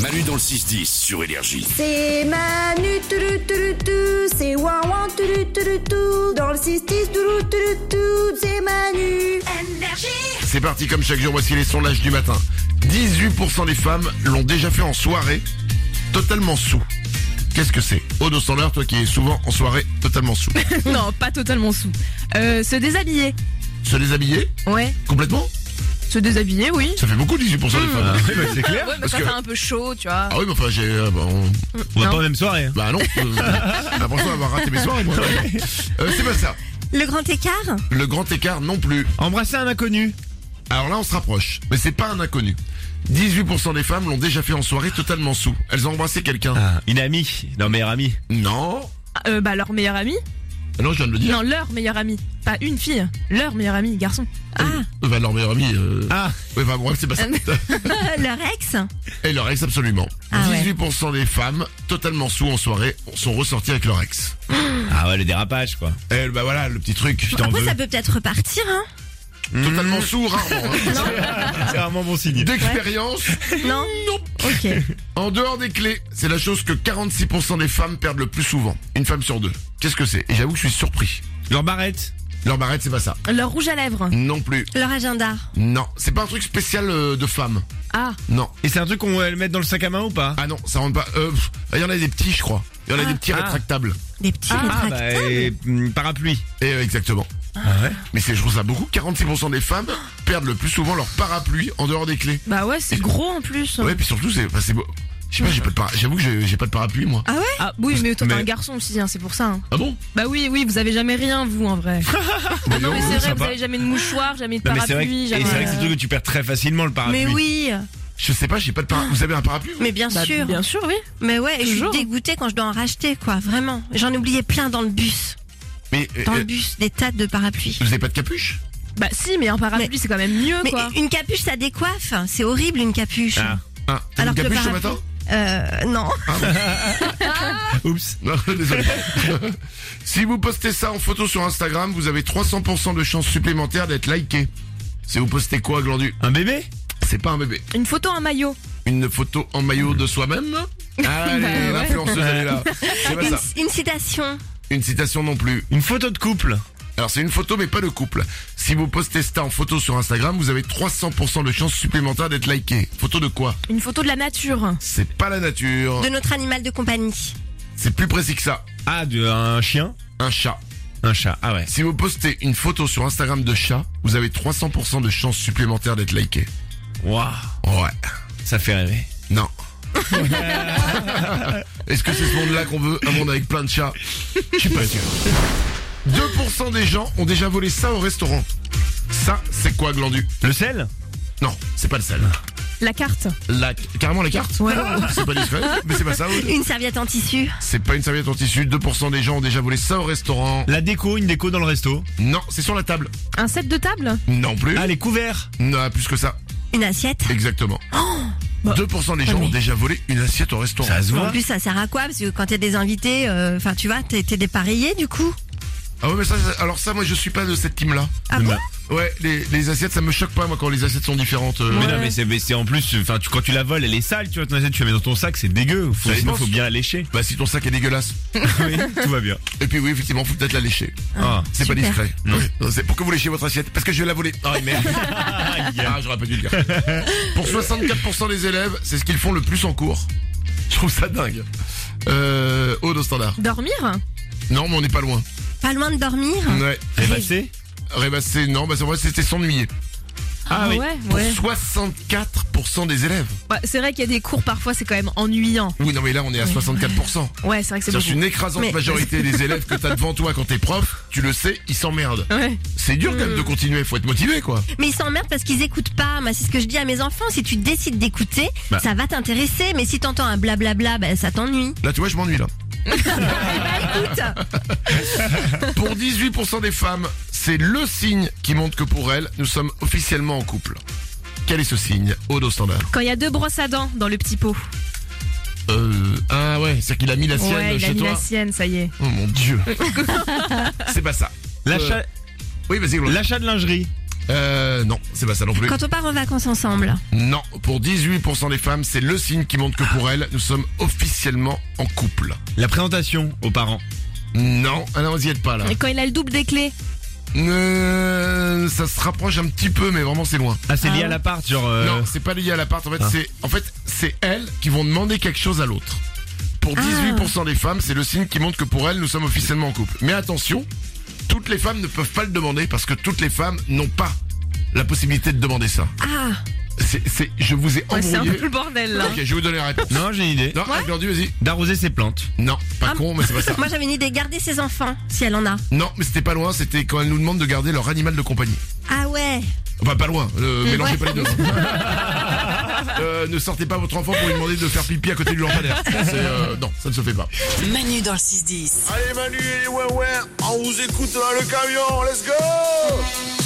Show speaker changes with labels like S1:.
S1: Manu dans le 6-10 sur Énergie.
S2: C'est Manu, toulou, toulou, tou, c'est Wawan, toulou, toulou, tou, dans le 6-10, toulou, toulou, tou, c'est Manu.
S1: C'est parti comme chaque jour, voici les sondages du matin. 18% des femmes l'ont déjà fait en soirée, totalement sous. Qu'est-ce que c'est Odo Standard, toi qui es souvent en soirée totalement sous.
S3: non, pas totalement sous. Euh, se déshabiller.
S1: Se déshabiller
S3: Ouais.
S1: complètement
S3: Se déshabiller, oui.
S1: Ça fait beaucoup 18% des
S4: Mmh.
S1: femmes.
S4: Ah bah, c'est clair.
S3: Ouais, mais
S1: parce
S3: quand
S1: que-
S3: t'as un peu chaud, tu vois.
S1: Ah oui, mais enfin, j'ai... euh, bah, on-
S4: On va
S3: Non.
S4: pas aux mêmes soirées. hein.
S1: Bah non, euh, j'ai l'impression d'avoir raté mes soirées, moi. Euh, c'est pas ça.
S5: Le grand écart
S1: Le grand écart non plus.
S4: Embrasser un inconnu.
S1: Alors là, on se rapproche, mais c'est pas un inconnu. 18% des femmes l'ont déjà fait en soirée totalement sous. Elles ont embrassé quelqu'un.
S4: Ah, une amie. Non, meilleure amie.
S1: Non.
S3: Ah, euh, bah, leur meilleure amie.
S1: Ah Non, je viens de le dire.
S3: Non, leur meilleure amie. Pas une fille. Leur meilleure amie, garçon.
S1: Euh, bah, leur meilleur ami. euh,
S4: Ah,
S1: Ouais, bah, bref, c'est pas ça.
S5: Euh, Leur ex
S1: Et leur ex, absolument.
S5: Ah ouais.
S1: 18% des femmes totalement sous en soirée sont ressorties avec leur ex.
S4: ah ouais, le dérapage quoi.
S1: Et bah voilà, le petit truc. Je t'en
S5: Après,
S1: veux. Mmh.
S5: ça peut peut-être repartir, hein
S1: Totalement sous, rarement. hein.
S4: C'est vraiment bon signe.
S1: D'expérience,
S3: Euh,
S5: Non Non Ok.
S1: en dehors des clés, c'est la chose que 46% des femmes perdent le plus souvent. Une femme sur deux. Qu'est-ce que c'est Et j'avoue que je suis surpris.
S4: Leur barrette.
S1: Leur barrette, c'est pas ça.
S3: Leur rouge à lèvres.
S1: Non plus.
S5: Leur agenda
S1: Non, c'est pas un truc spécial euh, de femme.
S3: Ah,
S1: Non.
S4: Et c'est un truc qu'on va le mettre dans le sac à main ou pas
S1: Ah non, ça rentre pas. Euh, pff, Il y en a des petits, je crois. Il y en a des petits
S4: ah.
S1: rétractables.
S5: Des petits
S4: Ah,
S5: rétractables
S4: bah, et, hum, parapluie.
S1: Et euh, exactement.
S4: Ah ouais
S1: Mais c'est je trouve ça beaucoup. 46% des femmes perdent le plus souvent leur parapluie en dehors des clés.
S3: bah ouais, c'est gros en plus.
S1: Ouais, puis surtout c'est enfin, c'est beau. Je sais pas, j'ai pas de para- J'avoue que j'ai j'ai pas de parapluie moi.
S3: Ah, oui, mais toi, t'es
S4: Mais-
S3: un garçon aussi, hein, c'est pour ça. hein.
S1: Ah bon
S3: Bah oui, oui, vous avez jamais rien, vous, en vrai.
S5: Ah
S1: Bah,
S3: Non,
S1: non,
S3: mais c'est vrai,
S4: Ah sympa.
S3: vous avez jamais de mouchoir, jamais de
S4: Non, mais c'est vrai, que-
S3: parapluie,
S4: et c'est
S3: jamais. euh,
S4: vrai que c'est un truc que tu perds très facilement le parapluie.
S5: Mais oui
S1: Je sais pas, j'ai pas de parapluie. Vous avez un parapluie vous
S5: Mais bien
S3: Bah,
S5: sûr
S3: Bien sûr, oui.
S5: Mais ouais, je suis
S3: Toujours.
S5: dégoûtée quand je dois en racheter, quoi, vraiment. J'en oubliais plein dans le bus.
S1: Mais euh,
S5: Dans le
S1: euh,
S5: bus, des tas de parapluies.
S1: vous avez pas de capuche
S3: Bah si, mais un parapluie, c'est quand même mieux,
S5: Mais
S3: quoi.
S5: une capuche, ça décoiffe. C'est horrible, une capuche.
S4: Ah.
S1: ah, T'as une
S5: Alors que le
S1: capuche ce matin
S5: parapluie- Euh, non.
S4: Oups.
S1: Non, désolé. si vous postez ça en photo sur Instagram, vous avez 300% de chances supplémentaires d'être liké. Si vous postez quoi, Glandu
S4: Un bébé
S1: C'est pas un bébé.
S3: Une photo, un maillot.
S1: Une photo en maillot de soi-même
S4: Ah
S1: Allez,
S3: Bah ouais.
S1: l'influenceuse, elle est là. C'est pas
S5: Une,
S1: ça.
S5: une citation.
S1: Une citation non plus.
S4: Une photo de couple.
S1: Alors c'est une photo mais pas de couple. Si vous postez ça en photo sur Instagram, vous avez 300% de chances supplémentaires d'être liké. Photo de quoi
S3: Une photo de la nature.
S1: C'est pas la nature.
S5: De notre animal de compagnie.
S1: C'est plus précis que ça.
S4: Ah, de, un chien
S1: Un chat.
S4: Un chat, ah ouais.
S1: Si vous postez une photo sur Instagram de chat, vous avez 300% de chances supplémentaires d'être liké.
S4: Waouh,
S1: Ouais.
S4: ça fait rêver.
S1: Non. Est-ce que c'est ce monde-là qu'on veut Un monde avec plein de chats Je suis pas sûr. 2% des gens ont déjà volé ça au restaurant. Ça, c'est quoi, Glandu
S4: Le sel
S1: Non, c'est pas le sel.
S3: La carte.
S1: La, carrément la carte
S3: Ouais.
S1: C'est pas discret, mais c'est pas ça. Aude.
S5: Une serviette en tissu.
S1: C'est pas une serviette en tissu. 2% des gens ont déjà volé ça au restaurant.
S4: La déco, une déco dans le resto
S1: Non, c'est sur la table.
S3: Un set de table
S1: Non plus.
S4: Ah, les couverts
S1: Non, plus que ça.
S5: Une assiette.
S1: Exactement.
S4: Oh,
S1: 2% des gens ont déjà volé une assiette au restaurant.
S4: bah, Ça se
S5: En
S4: voit
S5: plus, ça sert à quoi Parce que quand t'es des invités, euh, enfin, tu vois, t'es t'es dépareillé du coup.
S1: Ah ouais, mais ça, ça- alors ça, moi, je suis pas de cette team-là.
S5: Ah bon
S1: Ouais, les, les assiettes, ça me choque pas, moi, quand les assiettes sont différentes. euh,
S4: Mais non, mais c'est mais c'est en plus, enfin, tu, quand tu la voles, elle est sale, tu vois, ton assiette, tu la mets dans ton sac, c'est dégueu. Faut,
S1: Ça
S4: sinon,
S1: dépend.
S4: faut bien la lécher.
S1: Bah, si ton sac est dégueulasse.
S4: oui, tout va bien.
S1: Et puis, oui, effectivement, faut peut-être la lécher.
S4: Ah,
S1: C'est pas
S5: Super.
S1: discret. Ouais. Non, c'est- Pourquoi vous léchez votre assiette Parce que je vais la voler. Ah, merde. ah, j'aurais pas dû le dire. Pour 64% des élèves, c'est ce qu'ils font le plus en cours. Je trouve ça dingue. Euh, Aude au standard.
S3: Dormir
S1: Non, mais on n'est pas loin.
S5: Pas loin de dormir.
S1: Ouais.
S4: c'est passé
S1: Rébasser, non, bah, c'est vrai, c'était s'ennuyer.
S4: Ah oui.
S3: ouais,
S1: Pour
S3: ouais.
S1: 64% des élèves.
S3: Ouais, c'est vrai qu'il y a des cours parfois, c'est quand même ennuyant.
S1: Oui, non, mais là, on est à 64%.
S3: Ouais, c'est vrai que c'est
S1: C'est
S3: beaucoup.
S1: une écrasante
S5: Mais-
S1: majorité des élèves que t'as devant toi quand t'es prof, tu le sais, ils s'emmerdent.
S3: Ouais.
S1: C'est dur quand même de continuer, faut être motivé quoi.
S5: Mais ils s'emmerdent parce qu'ils écoutent pas. Moi, c'est ce que je dis à mes enfants. Si tu décides d'écouter,
S4: Bah.
S5: ça va t'intéresser. Mais si t'entends un blablabla, bah, ça t'ennuie.
S1: Là tu vois, je m'ennuie là. pour 18% des femmes, c'est le signe qui montre que pour elles, nous sommes officiellement en couple. Quel est ce signe Odo standard.
S3: Quand il y a deux brosses à dents dans le petit pot.
S1: Euh, ah ouais, c'est qu'il a mis la sienne
S3: ouais, il a
S1: chez
S3: mis
S1: toi.
S3: la sienne, ça y est.
S1: Oh mon dieu. c'est pas ça.
S4: L'achat
S1: Oui, vas-y. Glo.
S4: Euh, l'achat de lingerie.
S1: Euh, non, c'est pas ça non plus.
S5: Quand on part en vacances ensemble.
S1: Non, pour 18% des femmes, c'est le signe qui montre que pour elles, nous sommes officiellement en couple.
S4: La présentation aux parents.
S1: Non, ah non, vous y êtes pas là.
S3: Et quand il a le double des clés.
S1: Euh, ça se rapproche un petit peu, mais vraiment c'est loin.
S4: Ah, c'est
S3: Ah
S4: lié à
S3: ouais.
S4: l'appart, genre. euh,
S1: Non, c'est pas lié à l'appart. En fait,
S4: Ah.
S1: c'est en fait c'est elles qui vont demander quelque chose à l'autre. Pour
S3: Ah.
S1: 18% des femmes, c'est le signe qui montre que pour elles, nous sommes officiellement en couple. Mais attention, toutes les femmes ne peuvent pas le demander parce que toutes les femmes n'ont pas la possibilité de demander ça.
S5: Ah,
S1: C'est, c'est- je vous ai
S3: Ouais, c'est un
S1: embrouillé.
S3: peu le bordel là.
S1: ok, je vais vous donner la réponse.
S4: Non, j'ai une idée.
S1: Non, Anne Glordu, vas-y.
S4: D'arroser ses plantes.
S1: Non, pas
S5: Ah.
S1: con, mais c'est pas ça.
S5: moi j'avais une idée, garder ses enfants, si elle en a.
S1: Non, mais c'était pas loin, c'était quand elles nous demandent de garder leur animal de compagnie.
S5: Ah ouais.
S1: Enfin, pas loin, euh,
S5: Mm,
S1: mélangez
S5: ouais.
S1: pas les deux. Euh, ne sortez pas votre enfant pour lui demander de faire pipi à côté du lampadaire. C'est, euh, non, ça ne se fait pas.
S6: Manu dans le 6-10.
S1: Allez Manu, ouais ouais, on vous écoute dans le camion, let's go